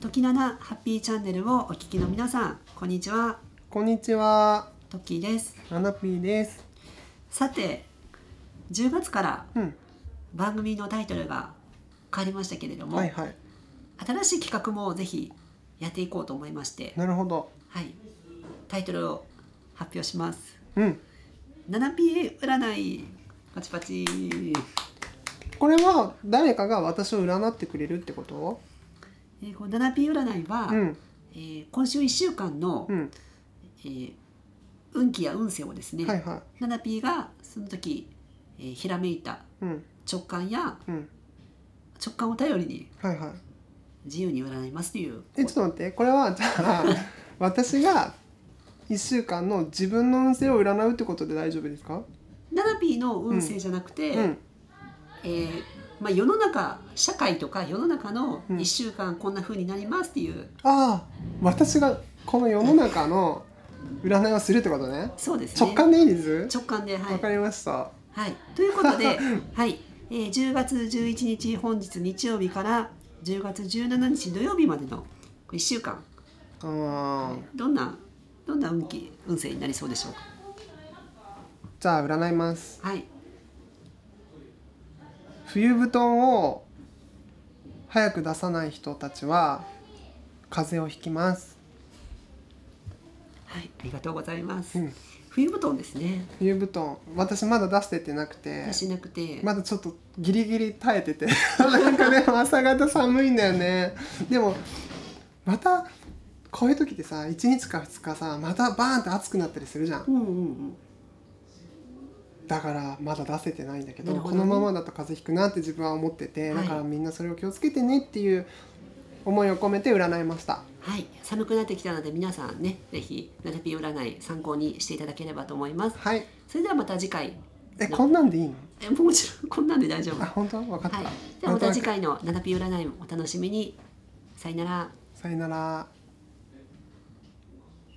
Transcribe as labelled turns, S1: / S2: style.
S1: 時七ハッピーチャンネルをお聞きの皆さんこんにちは
S2: こんにちは、
S1: トッキーです
S2: ナナピーです。
S1: さて10月から
S2: うん、
S1: 番組のタイトルが変わりましたけれども、
S2: はいはい、
S1: 新しい企画もぜひやっていこうと思いまして、
S2: なるほど。
S1: はい、タイトルを発表します
S2: うん、
S1: 7P 占いパチパチ
S2: これは誰かが私を占ってくれるってこと？
S1: えーこの 7P 占いは、
S2: うん、
S1: えー今週1週間の、
S2: うん、
S1: えー運気や運勢をですね、
S2: はいは
S1: 7P がその時、えーひらめいた
S2: い、うん、
S1: 直感や
S2: うん、
S1: 直感を頼りに
S2: はいはい。
S1: 自由に占いますという
S2: え、ちょっと待って、これはじゃ あ私が一週間の自分の運勢を占うってことで大丈夫ですか？
S1: 7P の運勢じゃなくて、
S2: うん、
S1: えーまあ、世の中社会とか世の中の
S2: うん
S1: 1週間こんな風になりますっていう、
S2: ああ、私がこの世の中の占いをするってことね。
S1: そうですね
S2: 直感でいいです？
S1: 直感では
S2: わ
S1: い
S2: か、りました。
S1: はい、ということ で、はいえー10月11日本日日曜日から10月17日土曜日までの1週間
S2: ああ、
S1: どんなどんな運気運勢になりそうでしょうか
S2: じゃあ占います。
S1: はい
S2: 冬布団を早く出さない人たちは風邪をひきます
S1: はい、ありがとうございます。
S2: うん
S1: 冬布団ですね。
S2: 冬布団私まだ出せてなくて
S1: 出しなくて、
S2: まだちょっとギリギリ耐えて てなんかね朝方寒いんだよねでもまたこういう時ってさ1日か2日さまたバーンって暑くなったりするじゃん
S1: うんうん
S2: だからまだ出せてないんだけど
S1: なるほ
S2: こ
S1: どね
S2: のままだと風邪ひくなって自分は思ってて、
S1: はい
S2: だからみんなそれを気をつけてねっていう思いを込めて占いました
S1: うん。はい、寒くなってきたので皆さんね、ぜひナルピー占い参考にしていただければと思います。
S2: はい
S1: それではまた次回。
S2: えこんなんでいいの
S1: えもちろんこんなんで大丈夫。
S2: あ
S1: は
S2: 本当分かった、
S1: い。ではまた次回のナルピー占いをお楽しみに。さよなら。
S2: さよなら